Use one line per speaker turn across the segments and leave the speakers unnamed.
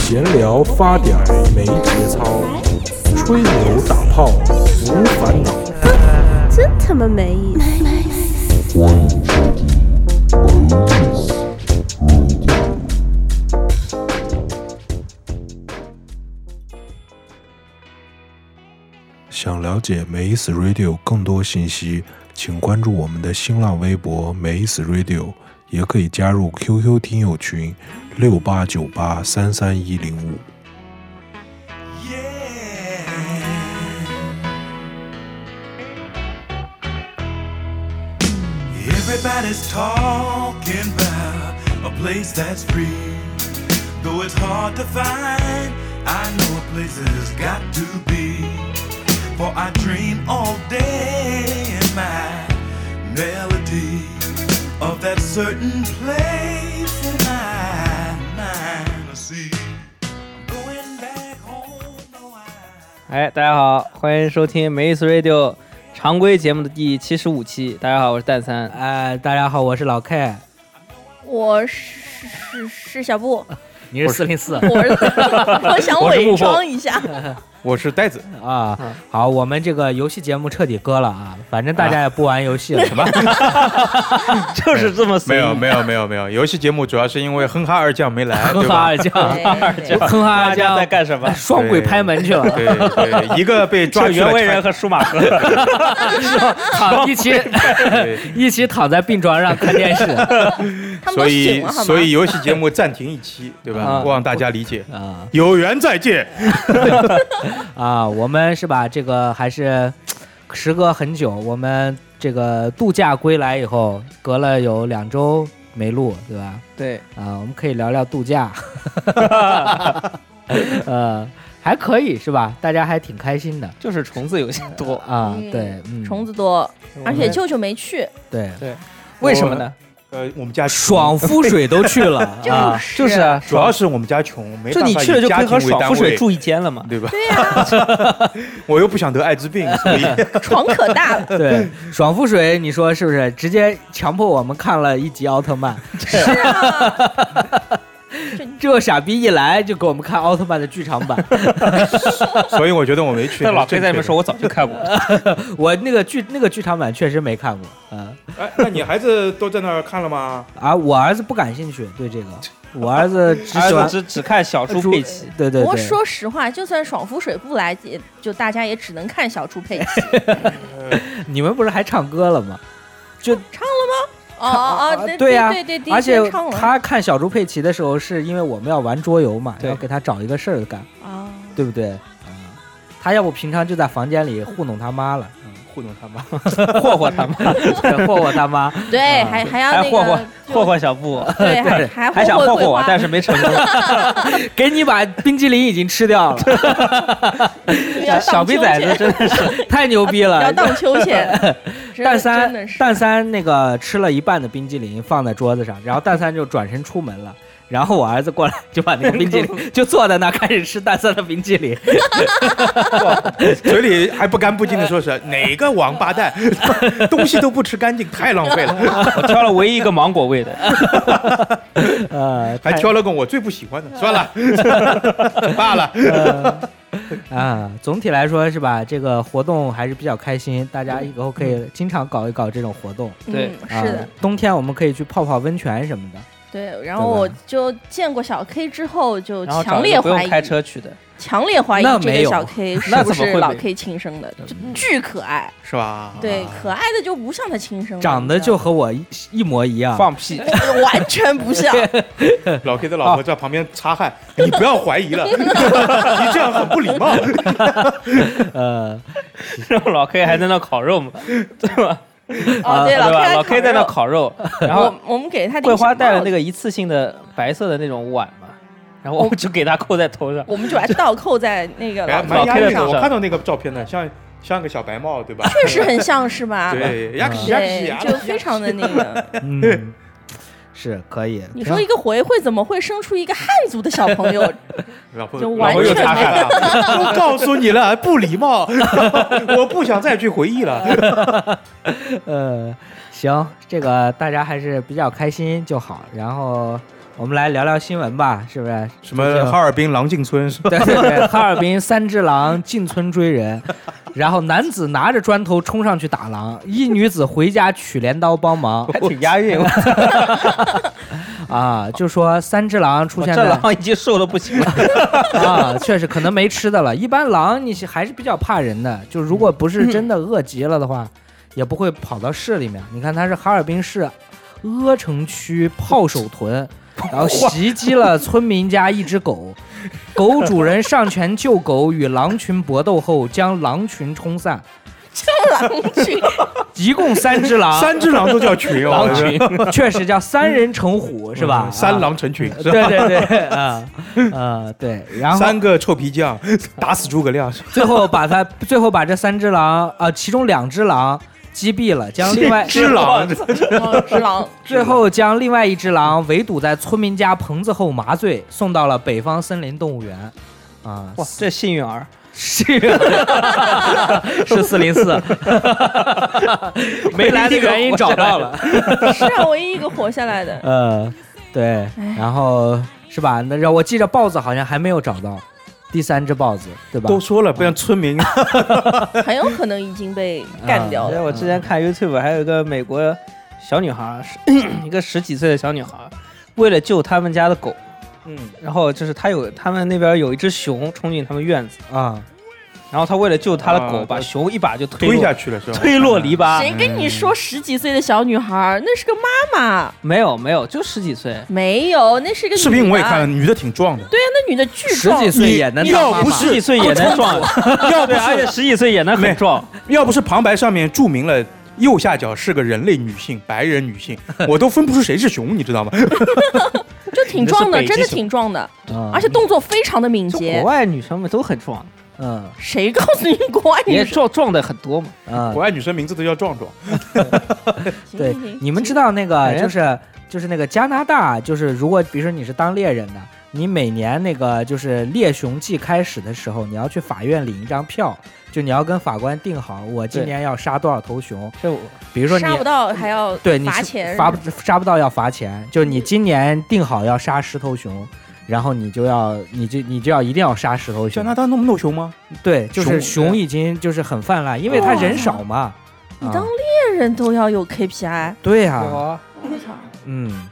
闲聊发点儿没节操，吹牛打炮无烦恼。
真他妈没意思！
想了解没意思 Radio 更多信息，请关注我们的新浪微博没意思 Radio，也可以加入 QQ 听友群六八九八三三一零五。
Everybody's talking about a place that's free. Though it's hard to find, I know a place has got to be. For I dream all day in my melody of that certain place in my mind. I see. I'm going back home, no, I.
哎，大家好，欢迎收听《没意思 Radio》常规节目的第七十五期。大家好，我是蛋三。
哎、大家好，我是老 K，
我是是是小布，
你是四零四
我是我 想伪装一下，
我是呆子，
啊。好，我们这个游戏节目彻底割了啊，反正大家也不玩游戏了，什么？
啊 就是这么
哎没有
没
没有没有没有，游戏节目主要是因为哼哈 二将没来，
哼
对
哈
吧？
二将，
对
哼哈
大
二
家
将？
在干什么
双轨拍门去了，
对对，一个被 抓
这
去了
袁惟仁
川，
和舒马 赫，
躺一起
对，
一起躺在病床上看电视
他们
所
都醒
以
了好吗？
所以游戏节目暂停一期，对 吧？
啊
望大家理解，
啊
有缘再见。
啊！我们是吧？这个还是时隔很久，我们这个度假归来以后，隔了有两周没录，对吧？
对，
啊，我们可以聊聊度假， 呃，还可以是吧？大家还挺开心的
就是虫子有些多，
啊，
嗯
对，嗯，
虫子多，而且舅舅没去，
对，
为什么呢？
呃，我们家穷
爽，肤水都去 了啊，
是
就是啊，
主要是我们家穷，没
就
办
你
法
去了
以
就
家
可以
庭
和
为
爽
单
肤水
位，
住一间了嘛。
对吧？
对呀，
我又不想得艾滋 病，所以
床可大了，
对，爽肤水，你说是不是？直接强迫我们看了一集奥特 曼，
啊
这傻逼一来就给我们看奥特曼的剧场版，
所以我觉得我没去。
但老 K
黑
在里面说，，我早就看 过了。
我那个剧那个剧场版确实没看过，嗯、
哎，那你孩子都在那儿看了 吗？
啊，我儿子不感兴趣对这个，我儿子只喜
儿
欢
子只只看小猪佩奇，
对对
不过
对，
说实话，就算爽肤水不来，也就大家也只能看小猪 佩奇。
你们不是还唱歌了吗？
哦
啊
哦哦，
对呀
对对对，
而且
的确唱了
他看小猪佩奇的时候，是因为我们要玩桌游嘛，
对
要给他找一个事儿干，
啊，
对不对？啊、他要不平常就在房间里糊弄他妈了，
嗯糊弄 他妈，
霍霍他们，
对霍霍他妈。
对，还还要
啊还
那
霍霍
个
霍，霍小布，
对，还
还想
霍
霍
桂
霍我
花，
但是没成 功。
给你把冰激凌已经吃掉了，
要
小
荡秋
逼崽子
千，
真的 是，
太牛逼
要
了。
荡秋千， 真的真
蛋三
的是
蛋三那个吃了一半的冰激凌放在桌子上，然后蛋三就转身出门了。然后我儿子过来就把那个冰激 凌就坐在那儿开始吃蛋三的冰激凌，
嘴里还不干不净的说是哪个王八 蛋，东西都不吃干净，太浪费了，
我挑了唯一一个芒果味的。
呃，
还
太
挑了个我最不喜欢的，算了，罢了。
呃 啊，总体来说是吧？这个活动还是比较开心，大家以后可以经常搞一搞这种活动。
对
嗯
啊
是的，，
冬天我们可以去泡泡温泉什么的。
对。然后我
对吧
就见过小 K 之后，就
然后
强
找一
烈
个不
怀
用
疑，
开车去的，
强烈怀疑
那
这
没
个
有
小 K 是
那
不
怎么
是
会
老
没嗯啊
K 亲生的，就巨可爱。
是吧？
对，可爱的就不像他亲生的，
长得
你知道
就
吗
和我一一模一样。
放 屁。
完全不 像。哦
老 K 的老婆在旁边擦汗，你不要怀疑了，你这样很不礼貌。
呃，
然后老 K 还在那烤肉嘛，对吧？
哦，对，
啊对吧？
K
老
K
K 在那，烤肉，然后
我我们给他
桂花带了那
个，
个一次性的白色的那种碗嘛，然后我就给他扣在头上。
我们就把它倒扣在那个
哎，
老
蛮
头
老
压
开 K
抑
的
的，
手
我
上
看到那个照片呢，像像个小白帽，对吧？
确实很像是吧？
对，呀西呀西
对
呀，，
就非常的那个。
嗯，是可以。
你说一个回会怎么会生出一个汉族的小朋 友？
老婆
就
老
完
婆又
全
擦汗了，都告诉你了，不礼貌，我不想再去回忆了。
呃，行，这个大家还是比较开心就好。然后我们来聊聊新闻吧，是不是？
什么哈尔滨狼进村是吧？
对对对，哈尔滨三只狼进村追人，然后男子拿着砖头冲上去打狼，一女子回家取镰刀帮忙
还挺押韵。
啊，就说三只狼出
我
现
这
在
狼已经瘦的不行了，
啊，确实可能没吃的了。一般狼你是还是比较怕人的，就如果不是真的饿极了的话，也不会跑到市里面。你看它是哈尔滨市阿城区炮手屯，然后袭击了村民家一只狗，狗主人上前救狗，与狼群搏斗后将狼群冲散，
狼群，
一共三只狼，
三只狼都叫群哦，
狼群 确实叫三人成虎是吧？
嗯三
啊。
狼成群是吧？
对对对，啊，啊对，然后
三个臭皮匠打死诸葛 亮是吧？
最后把他最后把这三只狼啊、其中两只狼击毙了，将另外
只狼
哦只 狼，
最后将另外一只狼围堵在村民家棚子后麻醉，送到了北方森林动物园。啊，
哇，这幸运儿，
是是四零四， 没来的原因找到了。
是啊，唯一一个活下来的。
呃，对，然后是吧？那让我记着豹子好像还没有找到第三只豹子，对吧？
都说了，不然村民
很有可能已经被
啊
干掉
因为
了。
我之前看 YouTube 还有一个美国小女孩儿， 是一个十几岁的小女孩儿，为了救他们家的狗，
嗯
然后就是她有他们那边有一只熊冲进他们院子，
啊，
然后她为了救她的狗，
啊
把熊一把就推
推
落
下去了是吧？
推落篱
啊
笆。
谁跟你说十几岁的小女孩儿那是个妈妈？
没有没有，就十几岁，
没有，那是个女的
视频我也看了，。女的挺壮的，
对啊，那女的巨
十
壮
几岁也能当
要
妈
不
妈
是
十几岁也能撞，
要不
对，而且
是
十几岁也能很壮。
要不是旁白上面注明了。右下角是个人类女性，白人女性，我都分不出谁是熊，你知道吗？
就挺壮的，
你是北极
真的
熊
挺壮的，
嗯
而且动作非常的敏
就国
捷。
外女生们都很壮，
嗯
谁告诉你国外
也
女生？
壮壮的很多嘛。
嗯
国，外女生名字都叫壮壮，
对
行行，行
你们知道那个
哎
就是就是那个加拿大，就是如果比如说你是当猎人的，你每年那个就是猎熊季开始的时候，你要去法院领一张票，就你要跟法官定好，我今
对
年要杀多少头熊。
这我
比如说你
杀不到还要
对你
罚
是
钱，
罚不杀不到要罚钱，就是你今年定好要杀十头熊。然后你就要，你就你就要一定要杀十头
加
熊，
拿大那么弄熊吗？
对，就是
熊
熊已经就是很泛滥，因为它人少嘛。
你
啊
当猎人都要有 KPI。
对呀、
我
我操！
嗯，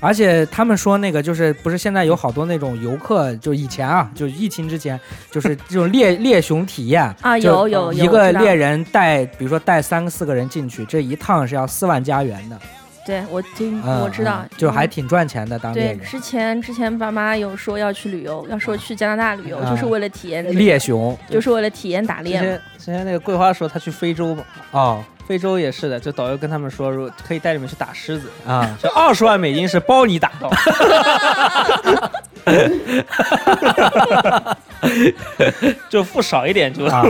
而且他们说那个就是不是现在有好多那种游客，就以前啊，就疫情之前，就是这种猎猎熊体验
啊
就
有有有
一
我
个
知道
猎人带，比如说带三个四个人进去，这一趟是要四万加元的，
对我听
嗯、
我知道
嗯，就还
嗯
挺赚钱的当猎
对。
人。
之前之前爸妈有说要去旅游，要说去加拿大旅游，
啊
就是为了体验这个
猎熊
就是为了体验打
之
猎嘛。
前之前那个桂花说她去非洲嘛，
哦
非洲也是的，就导游跟他们说，如果可以带你们去打狮子，，
啊
就二十万美金是包你打到。就付少一点就，
啊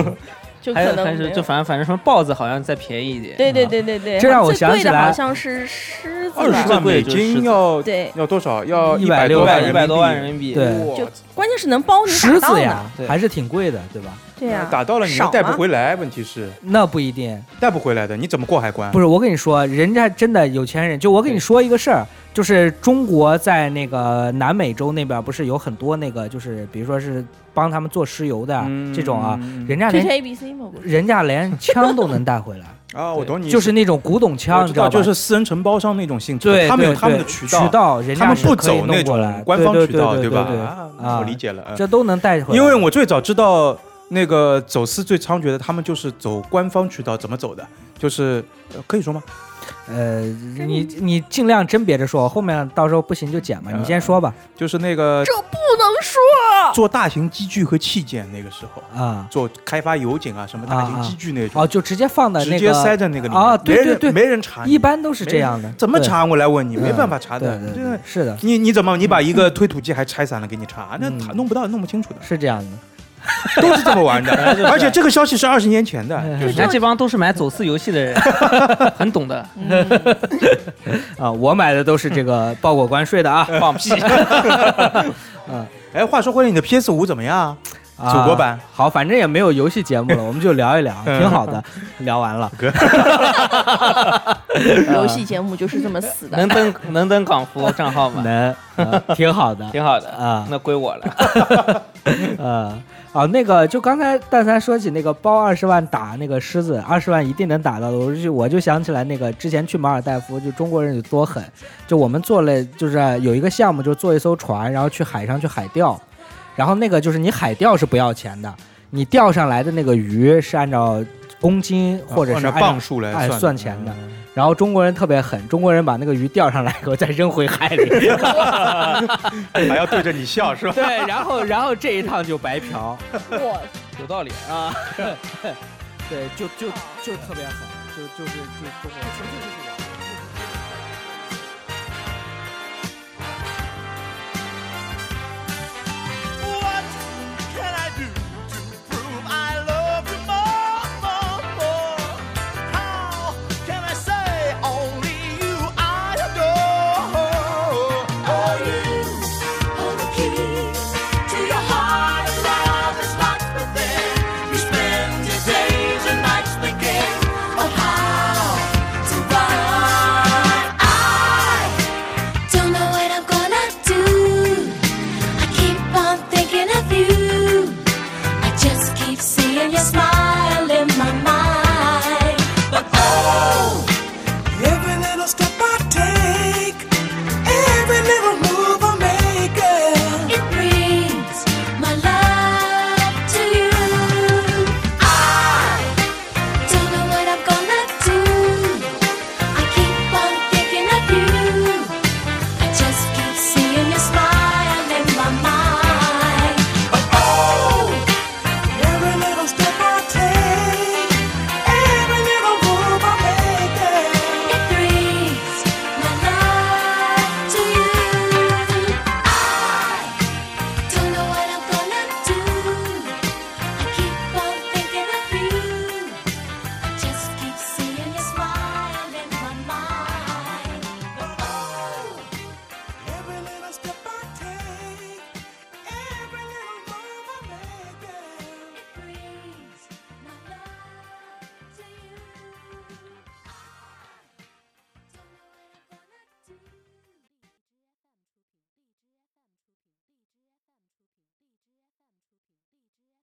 就
还
可
有
能
还
没
是啊
有
就反正反正什么豹子好像再便宜一点，
对对对对对，
这让我想
最贵
起
的
来
好像是狮子
二
吧
十
最
万
贵
美
的就是狮
金
子
要
对，
要多少？要
160
多
六百
万
一百多万
民
人民币，
对
币。
就
哇
关键是能包你
狮
打到呢
子呀，
对
还是挺贵的，对吧？
对呀，
打到了你又
少
带不
吗
回来，问题是
那不一定，
带不回来的，你怎么过海关？
不是，我跟你说，人家真的有钱人。就我跟你说一个事儿，就是中国在那个南美洲那边，不是有很多那个，就是比如说是帮他们做石油的、
嗯
这种啊，
嗯
人家
推
连
推 ABC 嘛，不是
人家连枪都能带回来，
啊，我 懂你意思，
就是那种古董
我
枪，你
知道，
吧？
就是私人承包商那种性质，
对，
他们有
对
他们的
对
渠
道，人家
他们
是
不
可以
走那
弄过来
种官方
对
渠道，
对
吧？
对
啊我理解了，嗯
这都能带回来，
因为我最早知道那个走私最猖獗的，他们就是走官方渠道，怎么走的？就是呃可以说吗？
呃，你你尽量真别着说，后面到时候不行就剪嘛，你
呃
先说吧
就是那个
这不能说，
做大型机具和器件，那个时候
啊。
做开发油井啊，什么大型机具那种，
哦，就直接放在那
直
个，
接塞在那个里面，
啊对对对
没人没人查你，
一般都是这样的。
怎么
对
查？我来问你，
嗯
没办法查
对
的，
对
对
对，是的，
你你怎么你把一个推土机还拆散了给你查？那
嗯，
他弄不到，弄不清楚的
是这样的。
都是这么 玩的。而且这个消息是二十年前的，
哎
就是
人家这帮都是买走私游戏的人，很 懂的。
嗯
啊，我买的都是这 个报过关税的啊，放屁！
哎，话说回来，你的 PS 五怎么样啊？
啊
祖国版嗯
好，反正也没有游戏节目了，我们就聊一聊，挺好的。聊完了，
游戏节目就是这么死的
能。登能登港服账号吗？
能，呃挺好的。
挺好的
啊
那归我了。
呃，啊，那个就刚才蛋三说起那个包二十万打那个狮子，二十万一定能打到的。我就我就想起来那个之前去马尔代夫，就中国人有多狠，就我们做了就是有一个项目，就坐一艘船，然后去海上去海钓，然后那个就是你海钓是不要钱的，你钓上来的那个鱼是按照公斤或者是
啊按
按
照磅数来
按
算
算钱的。然后中国人特别狠，中国人把那个鱼钓上来以后再扔回海里，
嗯还要对着你笑是吧？
对，然后然后这一趟就白嫖。
我
有道理，
啊，对，就就就特别狠，就就是就中国人。